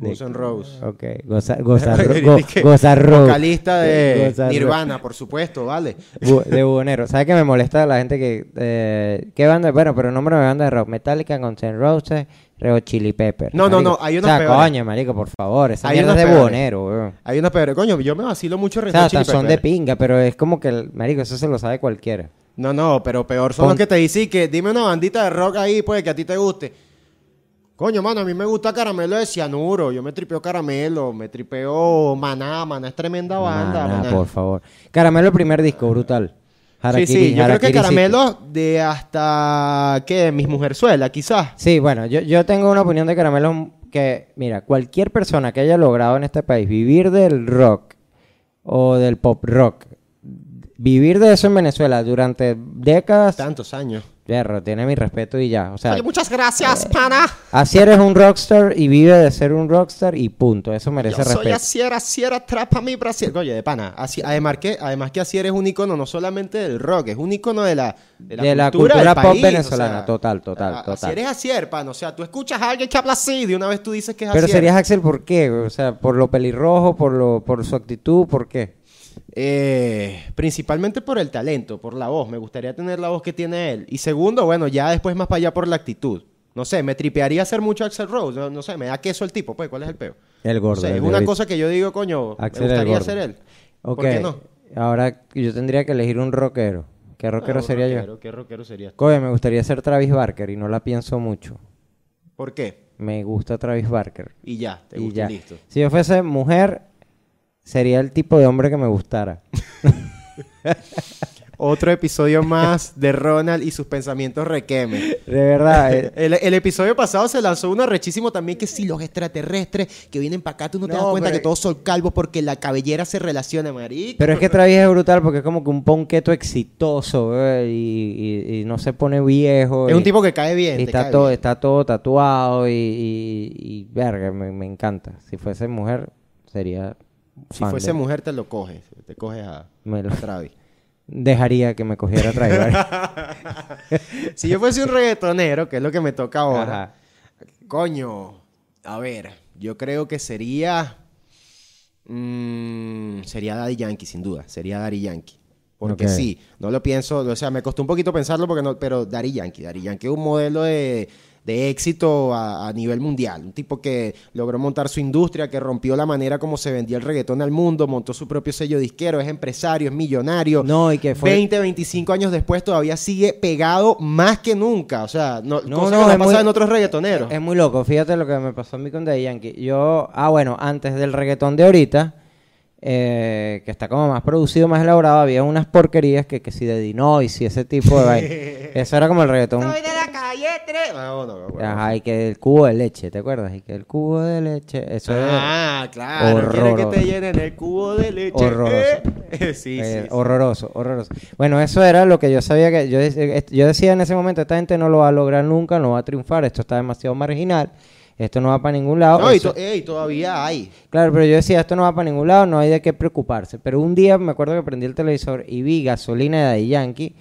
Guns N' Roses.
Ok, Goza-
*laughs*
Gozar Ro- Go-
Dije,
Gozar Rose.
Vocalista de
Gozar Rose.
Nirvana, por supuesto, vale.
Bu- de buhonero. ¿Sabes qué me molesta la gente que... eh, ¿Qué banda? Bueno, pero nombre de banda de rock. Metallica, Guns N' Roses, Reo Chili Pepper.
No, no, no, hay unos
O sea,
peores.
coño, marico, por favor. Esa
Hay
mierda es
unos
de
peores.
buhonero, weón.
Hay una peor, coño, yo me vacilo mucho
O
Red
sea,
Hot Chili
hasta son de
Peppers.
pinga, pero es como que, el- marico, eso se lo sabe cualquiera.
No, no, pero peor son
Pon-
los que te dicen que dime una bandita de rock ahí, pues, que a ti te guste. Coño, mano, a mí me gusta caramelo de cianuro. Yo me tripeo caramelo, me tripeo maná, maná es tremenda banda.
Maná,
Maná.
por favor. Caramelo, el primer disco, brutal.
Sí,
Harakiri-
sí, yo creo que
Harakiri City.
caramelo de hasta, ¿qué? Mis mujerzuelas, quizás.
Sí, bueno, yo, yo tengo una opinión de Caramelo que, mira, cualquier persona que haya logrado en este país vivir del rock o del pop rock vivir de eso en Venezuela durante décadas,
Tantos años.
perro, tiene mi respeto y ya. O sea, eh,
Oye, muchas gracias, pana.
así eres un rockstar y vive de ser un rockstar y punto. Eso merece
Yo soy
respeto.
así era, así era, trapa mi Brasil. Oye, de pana. Así, además, que, además que así eres un icono no solamente del rock, es un icono de la,
De la
del
cultura pop
país, o
venezolana,
sea,
total, total,
a-
total.
Así eres así, pana. O sea, tú escuchas a alguien que habla así y de una vez tú dices que es
Pero
así.
serías Axel, ¿por qué? güey? O sea, por lo pelirrojo, por lo, por su actitud, ¿por qué?
Eh, principalmente por el talento, por la voz. Me gustaría tener la voz que tiene él. Y segundo, bueno, ya después más para allá por la actitud. No sé, me tripearía hacer mucho Axel Rose. No, no sé, me da queso el tipo, pues, ¿cuál es el peo?
El
O
gordo.
sea,
el
es
de
una
ahorita.
cosa que yo digo, coño,
Axel
me
el
gustaría
gordo.
ser él.
Ok.
¿Por qué no?
Ahora yo tendría que elegir un rockero. ¿Qué rockero
Ah, un
sería yo?
rockero, ¿Qué rockero serías?
Coño, me gustaría ser Travis Barker y no la pienso mucho.
¿Por qué?
Me gusta Travis Barker.
Y ya, te
y
gusta y
ya.
listo.
Si yo fuese mujer, sería el tipo de hombre que
*laughs*
me gustara.
Otro episodio más de Ronald y sus pensamientos requemes.
De verdad. eh,
El, el episodio pasado se lanzó uno rechísimo también que si los extraterrestres que vienen para acá, tú no, te
No,
das cuenta
pero-
que todos son calvos porque la cabellera se relaciona, marico.
pero es que Travis es brutal porque es como que un ponqueto exitoso eh, y, y- y no se pone viejo.
es
y-
un tipo que cae bien.
y
te
está
cae
todo, este
bien.
está todo tatuado y, y, y, verga, me, me encanta. Si fuese mujer, sería.
Si
fan
fuese
de-
mujer te lo coges, te coges a,
me lo-
a Travis.
*laughs* dejaría que me
*laughs*
cogiera Travis Barker.
si yo fuese un reggaetonero, que es lo que me toca ahora,
Ajá.
Coño, a ver, yo creo que sería. mm, sería Daddy Yankee, sin duda. Sería Daddy Yankee. Porque
Ok.
sí, no lo pienso, o sea, me costó un poquito pensarlo, porque no, pero Daddy Yankee, Daddy Yankee es un modelo de, de éxito a, a nivel mundial. Un tipo que logró montar su industria, que rompió la manera como se vendía el reggaetón al mundo, montó su propio sello disquero, es empresario, es millonario.
No, y que fue.
20, 25 años después todavía sigue pegado más que nunca. O sea, no,
No,
cosa
no,
que no
es
ha pasado
muy-
en otros reggaetoneros.
Es muy loco, fíjate lo que me pasó a mí con Daddy Yankee. Yo, ah, bueno, antes del reggaetón de ahorita, eh, que está como más producido, más elaborado, había unas porquerías que, que si de Dino y si ese tipo
*laughs*
de vaina. Eso era como el reggaetón.
de la calle tres. Ah, bueno, bueno.
Ajá, y que el cubo de leche, ¿te acuerdas? Y que el cubo de leche, eso era
Ah, claro. Quiere que
Horroroso.
te llenen el cubo de leche.
Horroroso.
Eh, *laughs* sí,
eh,
sí.
horroroso, horroroso. Bueno, eso era lo que yo sabía que yo, de- est- yo decía en ese momento, esta gente no lo va a lograr nunca, no va a triunfar, esto está demasiado marginal, esto no va para ningún lado.
No, y,
eso-
to- ey, todavía hay.
Claro, pero yo decía, esto no va para ningún lado, no hay de qué preocuparse. Pero un día me acuerdo que prendí el televisor y vi gasolina de Daddy Yankee.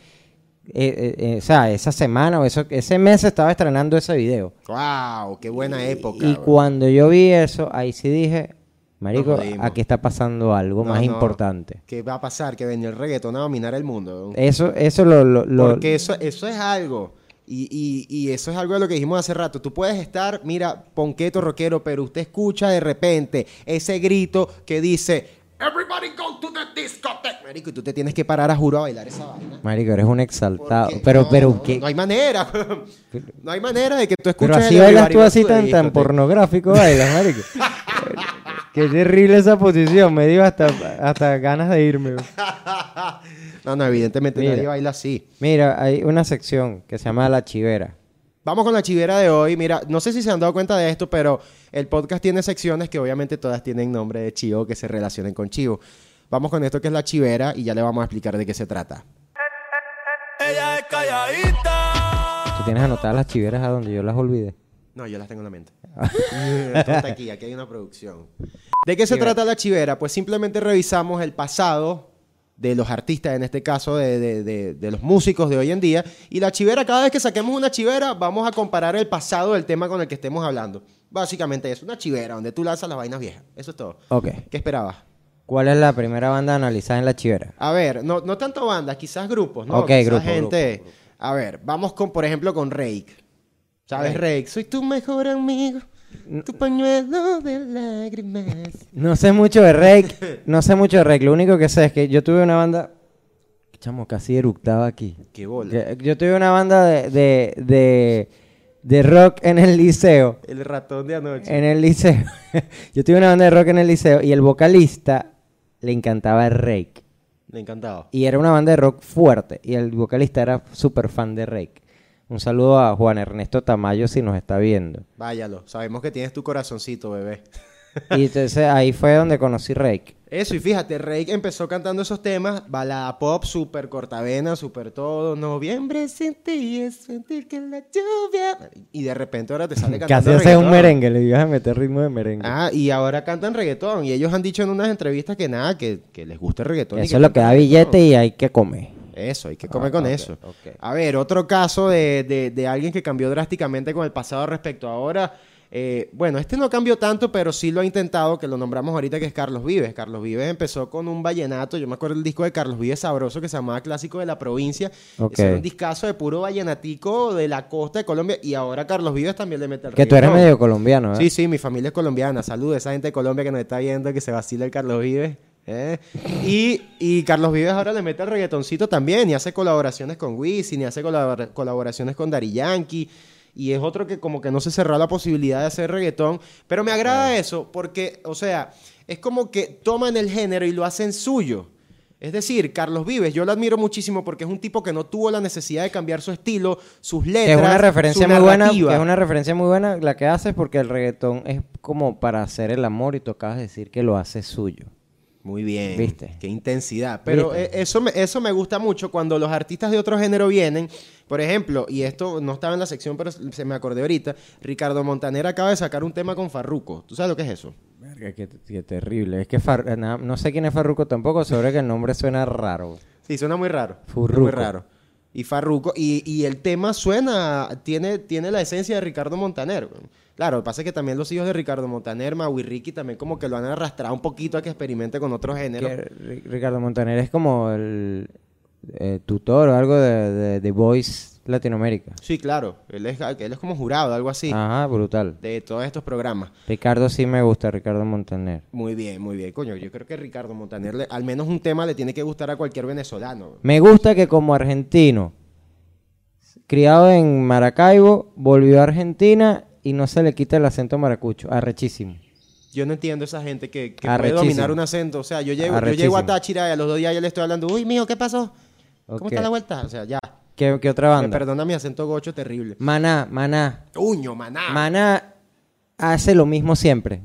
eh, eh, eh, o sea, esa semana o eso, ese mes se estaba estrenando ese video.
Wow, qué buena época.
y
bro.
cuando yo vi eso, ahí sí dije, Marico,
Nos jodimos.
aquí está pasando algo
No,
más
no.
importante.
¿Qué va a pasar? Que venía el reggaetón a dominar el mundo. bro.
Eso, eso lo, lo- lo-
Porque eso, eso es algo. Y, y- y eso es algo de lo que dijimos hace rato. Tú puedes estar, mira, ponqueto rockero, pero usted escucha de repente ese grito que dice Everybody go to the discotheque. Marico, y tú te tienes que parar a juro a bailar esa vaina.
Marico, eres un exaltado.
Porque-
Pero,
no,
pero,
no,
¿qué?
No hay manera. *laughs* no hay manera de que tú escuches
Pero así
el
bailas
Everybody
tú
Go
así
to the
tan, tan
discotheque.
pornográfico,
*laughs*
bailas, marico. Qué terrible esa posición, me dio hasta, hasta ganas de irme. güey.
No, no, evidentemente
Mira.
nadie baila así.
Mira, hay una sección que se llama La Chivera.
Vamos con la chivera de hoy. Mira, no sé si se han dado cuenta de esto, pero el podcast tiene secciones que obviamente todas tienen nombre de chivo que se relacionen con chivo. Vamos con esto que es la chivera y ya le vamos a explicar de qué se trata.
Ella es calladita.
Tú tienes anotadas las chiveras a donde yo las olvidé.
No, yo las tengo en la *laughs* mente. Todo está aquí, aquí hay una producción. ¿De qué se trata la chivera? Pues simplemente revisamos el pasado de los artistas, en este caso de, de- de- de los músicos de hoy en día. Y la chivera, cada vez que saquemos una chivera, vamos a comparar el pasado del tema con el que estemos hablando. Básicamente es una chivera donde tú lanzas las vainas viejas. Eso es todo.
Ok.
¿Qué esperabas?
¿Cuál es la primera banda analizada en La Chivera?
A ver, no, no tanto bandas, quizás grupos, ¿no?
Ok,
Quizás
grupo,
gente. A ver, vamos con, por ejemplo, con Rake. ¿Sabes, Rake? Soy tu mejor amigo, tu pañuelo de lágrimas.
No sé mucho de Rake, no sé mucho de Rake. Lo único que sé es que yo tuve una banda... Chamo, casi eructaba aquí.
Qué bola.
Que- Yo tuve una banda de, de, de, de rock en el liceo.
El ratón de anoche.
En el liceo. *laughs* Yo tuve una banda de rock en el liceo y el vocalista le encantaba Rake.
Me encantaba.
Y era una banda de rock fuerte. Y el vocalista era súper fan de Rake. Un saludo a Juan Ernesto Tamayo si nos está viendo.
Váyalo, sabemos que tienes tu corazoncito, bebé.
Y entonces ahí fue donde conocí Rake.
Eso, y fíjate, Rake empezó cantando esos temas, balada pop, súper cortavena, súper todo, noviembre sin ti es sentir que la lluvia... Y de repente ahora te
*laughs*
sale
Casi
cantando
haces un
reggaetón.
merengue, le ibas a meter ritmo de merengue.
Ah, y ahora cantan reggaetón, y ellos han dicho en unas entrevistas que nada, que, que les gusta el reggaetón. y
Eso es lo que da
cantan
billete
reggaetón.
y hay que comer.
Eso, hay que
Ah,
comer con
ok,
eso.
ok.
A ver, otro caso de, de- de alguien que cambió drásticamente con el pasado respecto a ahora. eh, bueno, este no cambió tanto, pero sí lo ha intentado, que lo nombramos ahorita, que es Carlos Vives. Carlos Vives empezó con un vallenato, yo me acuerdo el disco de Carlos Vives Sabroso que se llamaba Clásico de la Provincia.
Ok.
Ese era un discazo de puro vallenatico de la costa de Colombia y ahora Carlos Vives también le mete el
Que tú eres
reggaetón.
medio colombiano, ¿eh? ¿verdad?
Sí, sí, mi familia es colombiana. Saludos a esa gente de Colombia que nos está viendo, que se vacila el Carlos Vives. ¿eh? Y, y Carlos Vives ahora le mete el reggaetoncito también y hace colaboraciones con Wisin y hace colabora- colaboraciones con Dari Yankee. Y es otro que como que no se cerró la posibilidad de hacer reggaetón. Pero me agrada eso porque, o sea, es como que toman el género y lo hacen suyo. Es decir, Carlos Vives, yo lo admiro muchísimo porque es un tipo que no tuvo la necesidad de cambiar su estilo, sus
Que
letras,
es una referencia
su
muy buena, que
narrativa.
es una referencia muy buena la que haces porque el reggaetón es como para hacer el amor y tú acabas de decir que lo haces suyo.
Muy bien.
¿Viste?
Qué intensidad. Pero
¿Viste?
eh, eso, me, eso me gusta mucho cuando los artistas de otro género vienen. Por ejemplo, y esto no estaba en la sección, pero se me acordé ahorita. Ricardo Montaner acaba de sacar un tema con Farruco. ¿Tú sabes lo que es eso?
Verga, qué, qué terrible. Es que Far- na- no sé quién es Farruko tampoco, sobre que el nombre suena raro.
Sí, suena muy raro.
Furruco.
Muy raro. Y Farruco. Y, y el tema suena, tiene, tiene la esencia de Ricardo Montaner. güey. Claro, lo que pasa es que también los hijos de Ricardo Montaner, Mau y Ricky, también como que lo han arrastrado un poquito a que experimente con otros géneros.
Que Ri- Ricardo Montaner es como el eh, tutor o algo de, de, de Voice Latinoamérica.
Sí, claro. Él es, él es como jurado, algo así,
Ajá, brutal.
de todos estos programas.
Ricardo sí me gusta, Ricardo Montaner.
Muy bien, muy bien, coño. Yo creo que Ricardo Montaner, le- al menos un tema le tiene que gustar a cualquier venezolano.
Me gusta que como argentino, criado en Maracaibo, volvió a Argentina y no se le quita el acento maracucho. Arrechísimo.
Yo no entiendo esa gente que, que puede
Arrechísimo.
dominar un acento. O sea, yo llego, yo
Arrechísimo.
llego a Táchira y a los dos días ya le estoy hablando, uy, mío, ¿qué pasó? ¿Cómo
Ok.
está la vuelta? O sea, ya.
¿Qué, qué otra
Me
banda?
perdona mi acento gocho terrible.
Maná, Maná.
Uño, maná.
Maná hace lo mismo siempre.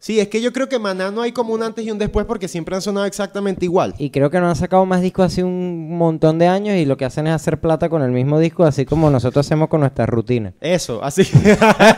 sí, es que yo creo que maná no hay como un antes y un después porque siempre han sonado exactamente igual.
Y creo que no han sacado más discos hace un montón de años y lo que hacen es hacer plata con el mismo disco, así como nosotros hacemos con nuestras rutinas.
Eso, así.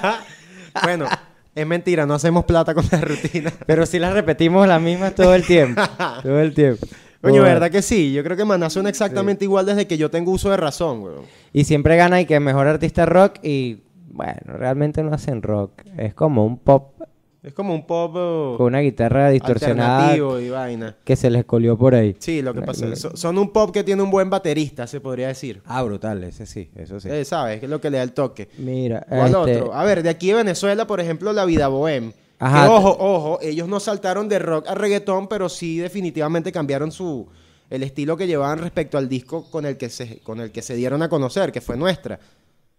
*laughs* bueno, es mentira, no hacemos plata con la rutina.
Pero sí las repetimos las mismas todo el
*laughs*
tiempo. todo el tiempo.
Coño,
Joder.
¿verdad que sí? Yo creo que maná suena exactamente igual desde que yo tengo uso de razón, weón.
Y siempre gana y que mejor artista rock y bueno, realmente no hacen rock. Es como un pop
Es como un pop eh,
con una guitarra distorsionada
alternativo y vaina.
que se les colió por ahí.
Sí, lo que pasa
no.
es so- son un pop que tiene un buen baterista, se podría decir.
Ah, brutal, ese sí, eso sí.
Eh, ¿Sabes? Que es lo que le da el toque.
Mira,
¿Cuál
este,
otro? A ver, de aquí de Venezuela, por ejemplo, La Vida Bohem.
Ajá.
Que, ojo, ojo, ellos no saltaron de rock a reggaetón, pero sí definitivamente cambiaron su el estilo que llevaban respecto al disco con el que se con el que se dieron a conocer, que fue nuestra.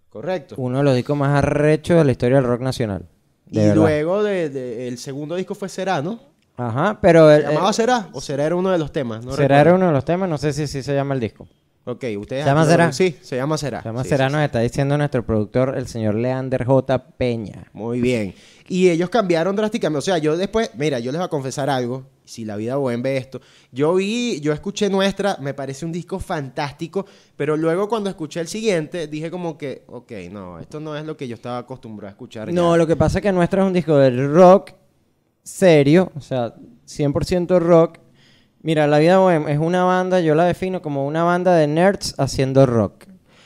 Correcto.
uno de los discos más arrechos de la historia del rock nacional.
y
De verdad.
luego de, de- el segundo disco fue Será, ¿no?
Ajá, pero
¿Se
el,
llamaba
eh,
Será? ¿O Será era uno de los temas? No
Será
recuerdo.
era uno de los temas, no sé si sí se llama el disco.
Ok, ustedes.
¿Se llama
aquí lo-
Será?
Sí, se llama Será.
Se llama
Ah, Sí,
Será,
sí,
nos está diciendo nuestro productor, el señor Leander J. Peña.
sí. Muy bien. Y ellos cambiaron drásticamente. O sea, yo después, mira, yo les voy a confesar algo. Si la vida buen ve esto. Yo vi, yo escuché nuestra, me parece un disco fantástico, pero luego cuando escuché el siguiente, dije como que, ok, no, esto no es lo que yo estaba acostumbrado a escuchar.
No,
ya.
lo que pasa es que nuestro es un disco de rock serio, o sea, 100% rock. Mira, La Vida Bohem es una banda, yo la defino como una banda de nerds haciendo rock.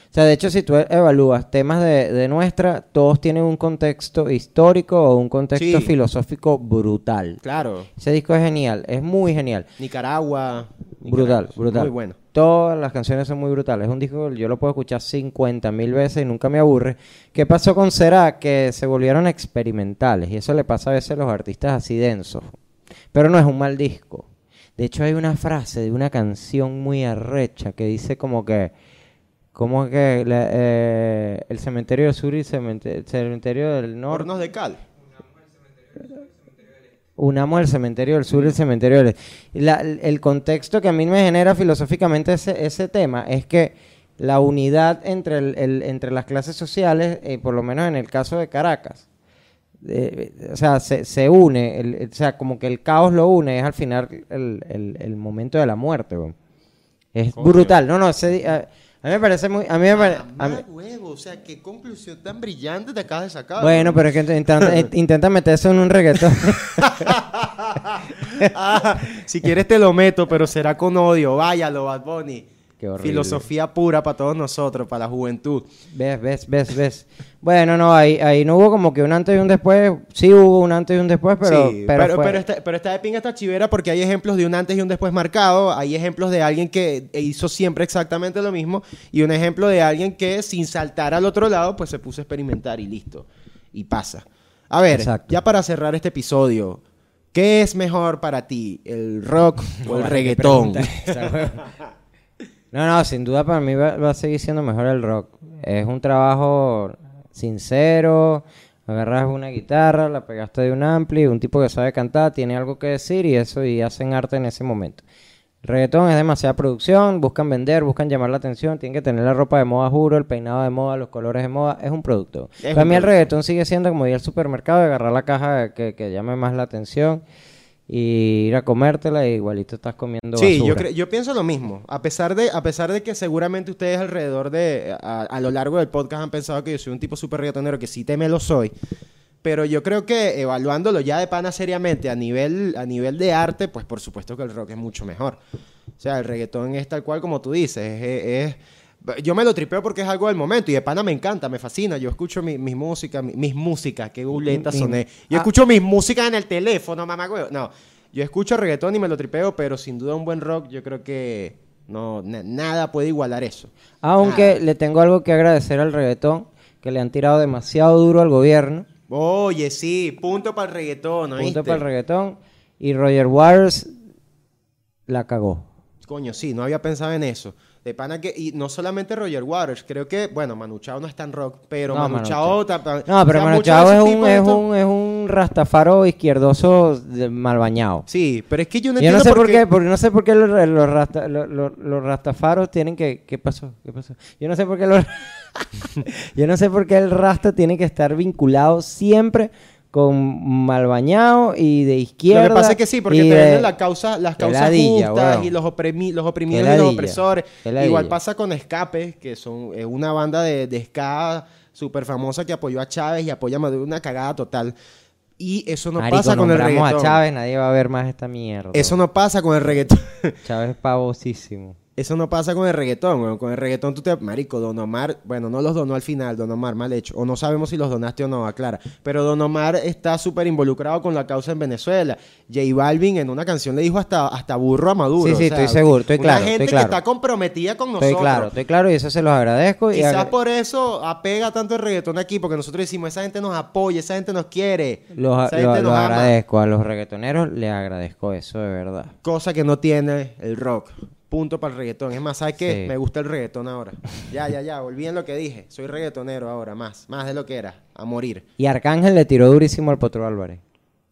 O sea, de hecho, si tú evalúas temas de, de nuestra, todos tienen un contexto histórico o un contexto
Sí.
filosófico brutal.
Claro.
Ese disco es genial, es muy genial.
Nicaragua.
Brutal,
Nicaragua,
brutal.
Muy bueno.
Todas las canciones son muy brutales. Es un disco que yo lo puedo escuchar 50 mil veces y nunca me aburre. ¿Qué pasó con Será? Que se volvieron experimentales. Y eso le pasa a veces a los artistas así densos. Pero no es un mal disco. De hecho, hay una frase de una canción muy arrecha que dice como que. Como que la- eh, el cementerio del sur y cementer- el cementerio del norte.
Hornos de cal.
Unamos el cementerio del sur y el cementerio del este. La- el contexto que a mí me genera filosóficamente ese, ese tema es que la unidad entre, el- el- entre las clases sociales, eh, por lo menos en el caso de Caracas, eh, o sea, se, se une, el- el- o sea, como que el caos lo une, es al final el, el- el momento de la muerte, weón. Es
Coño.
brutal. No, no, ese di- a, a mí me parece muy... A mí me pare- Eh, a mí-
Mamá huevo, o sea, qué conclusión tan brillante te acabas de sacar.
bueno, pero es que int- intenta, eh, intenta meter eso en un reggaetón.
*laughs* Ah, si quieres te lo meto, pero será con odio. Váyalo, Bad Bunny.
Qué horrible.
Filosofía pura para todos nosotros, para la juventud.
ves, ves, ves, ves. Bueno, no, ahí, ahí no hubo como que un antes y un después. Sí hubo un antes y un después, pero...
sí,
pero
pero, pero,
fue-
está, pero está de pinga esta chivera porque hay ejemplos de un antes y un después marcado, hay ejemplos de alguien que hizo siempre exactamente lo mismo y un ejemplo de alguien que sin saltar al otro lado pues se puso a experimentar y listo. Y pasa. A ver,
Exacto.
ya para cerrar este episodio, ¿qué es mejor para ti, el
*laughs*
rock o el
Vale,
reggaetón?
qué
*laughs*
*laughs* pregunta esa, weón. no, no, sin duda para mí va, va a seguir siendo mejor el rock. Es un trabajo sincero. Agarras una guitarra, la pegaste de un ampli, un tipo que sabe cantar, tiene algo que decir y eso, y hacen arte en ese momento. El reggaetón es demasiada producción, buscan vender, buscan llamar la atención, tienen que tener la ropa de moda, juro, el peinado de moda, los colores de moda, es un producto.
Es
para
un
mí el
producto.
reggaetón sigue siendo como ir al supermercado y agarrar la caja que, que llame más la atención y ir a comértela y igualito estás comiendo
Sí, yo,
basura.
cre- yo pienso lo mismo. A pesar de, a pesar de que seguramente ustedes alrededor de, a, a lo largo del podcast han pensado que yo soy un tipo súper reggaetonero, que sí teme lo soy. Pero yo creo que evaluándolo ya de pana seriamente a nivel, a nivel de arte, pues por supuesto que el rock es mucho mejor. O sea, el reggaetón es tal cual como tú dices. Es, es- yo me lo tripeo porque es algo del momento y de pana me encanta, me fascina. Yo escucho mi, mis músicas, mi- mis músicas, qué buleta
Mi-
soné. Yo
Mm, ah.
escucho mis músicas en el teléfono, mamá, güey. No, yo escucho reggaetón y me lo tripeo, pero sin duda un buen rock, yo creo que no, na- nada puede igualar eso.
Aunque le tengo algo que agradecer al reggaetón, que le han tirado demasiado duro al gobierno.
Oye, sí, punto para el reggaetón, ¿oíste?
Punto para el reggaetón. Y Roger Waters la cagó.
Coño, sí, no había pensado en eso. De pana que, y no solamente Roger Waters, creo que, bueno, Manu Chao no es tan rock, pero
No,
Manu,
Manu
Chao
Chao.
tapa-
No, pero
o sea,
Manu
muchos de
Chao
esos
es un,
tipos
es,
estos-
un, es un rastafaro izquierdoso de- mal bañado.
Sí, pero es que yo no
Yo
entiendo
no sé por qué, porque no sé por qué los, los rasta- los- los- los rastafaros tienen que... ¿Qué pasó? ¿Qué pasó? Yo no sé por qué los... *laughs* Yo no sé por qué el rasta tiene que estar vinculado siempre con mal bañado y de izquierda.
Lo que pasa es que sí, porque
y
te
de-
venden la causa, las
Qué
causas
ladilla,
justas
weón.
y los, oprimi- los oprimidos
Qué
y los
ladilla,
opresores.
qué ladilla.
Igual pasa con Escape, que son es una banda de, de ska súper famosa que apoyó a Chávez y apoya a Maduro, una cagada total. Y eso no
Marico,
pasa con el
nombramos
reggaetón.
a Chávez, nadie va a ver más esta mierda.
Eso no pasa con el reggaetón.
Chávez es pavosísimo.
Eso no pasa con el reggaetón, weón. Con el reggaetón tú te... Marico, Don Omar... Bueno, no los donó al final, Don Omar, mal hecho. O no sabemos si los donaste o no, aclara. Pero Don Omar está súper involucrado con la causa en Venezuela. J Balvin en una canción le dijo hasta, hasta burro a Maduro.
Sí, sí,
o sea,
estoy seguro, estoy
una
claro,
gente
estoy claro.
que está comprometida con nosotros.
Estoy claro, estoy claro y eso se los agradezco. y
Quizás
agra-
por eso apega tanto el reggaetón aquí, porque nosotros decimos, esa gente nos apoya, esa gente nos quiere,
los-
esa
lo-
gente
lo
nos ama".
agradezco a los reggaetoneros, les agradezco eso de verdad.
Cosa que no tiene el rock. Punto para el reggaetón. Es más, ¿sabes qué?
Sí.
Me gusta el reggaetón ahora. Ya, ya, ya. Volví en lo que dije. Soy reggaetonero ahora, más. Más de lo que era. A morir.
Y Arcángel le tiró durísimo al Potro Álvarez.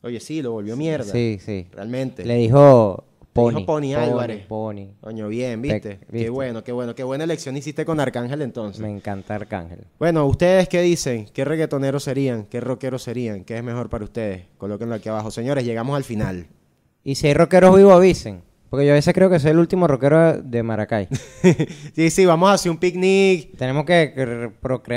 Oye, sí, lo volvió mierda.
Sí, sí.
Realmente.
Le dijo Pony.
dijo Pony Álvarez.
Pony.
Coño, bien, ¿viste?
Te-
Qué
¿viste?
bueno, qué bueno. Qué buena elección hiciste con Arcángel entonces.
Me encanta Arcángel.
Bueno, ¿ustedes qué dicen? ¿Qué reggaetoneros serían? ¿Qué rockeros serían? ¿Qué es mejor para ustedes? Colóquenlo aquí abajo. Señores, llegamos al final. *laughs*
Y si hay rockeros vivos, avisen. Porque yo a veces creo que soy el último rockero de
*laughs*
Maracay.
sí, sí, vamos a hacer un picnic.
Tenemos que cr-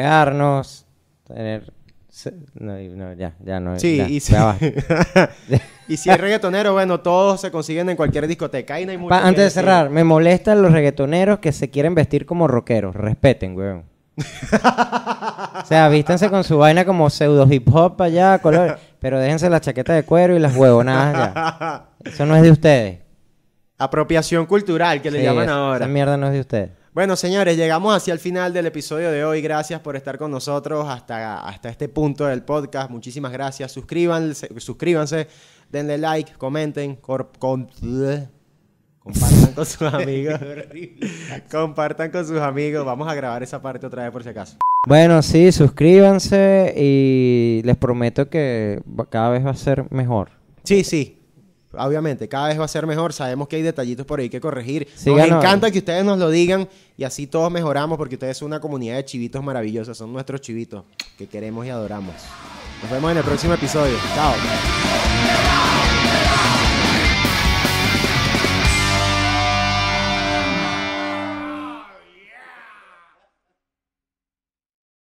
procrearnos, tener... se- No, y- no, ya, ya no.
Sí,
ya,
y si,
ya basta.
*laughs*
*laughs*
y si es reggaetonero, bueno, todos se consiguen en cualquier discoteca. Ahí no hay mucho
Pa-
que
antes de
decir.
cerrar, me molestan los reggaetoneros que se quieren vestir como rockeros.
*laughs*
Respeten, weón. o sea, vístanse con su vaina como pseudo hip hop pa' allá, color, pero déjense la chaqueta de cuero y las huevonadas
*laughs*
ya. Eso no es de ustedes.
Apropiación cultural, que le
Sí,
llaman
esa-
ahora.
Esa mierda no es de ustedes.
Bueno, señores, llegamos hacia el final del episodio de hoy. Gracias por estar con nosotros hasta, hasta este punto del podcast. Muchísimas gracias. Suscríbanse, suscríbanse denle like, comenten, cor- con- compartan con
*laughs*
sus amigos. compartan con sus amigos. Vamos a grabar esa parte otra vez por si acaso.
Bueno, sí, suscríbanse y les prometo que va- cada vez va a ser mejor.
Sí, sí. Obviamente, cada vez va a ser mejor. Sabemos que hay detallitos por ahí que corregir. nos
Síganos.
encanta que ustedes nos lo digan y así todos mejoramos porque ustedes son una comunidad de chivitos maravillosos. Son nuestros chivitos que queremos y adoramos. Nos vemos en el próximo episodio. Chao.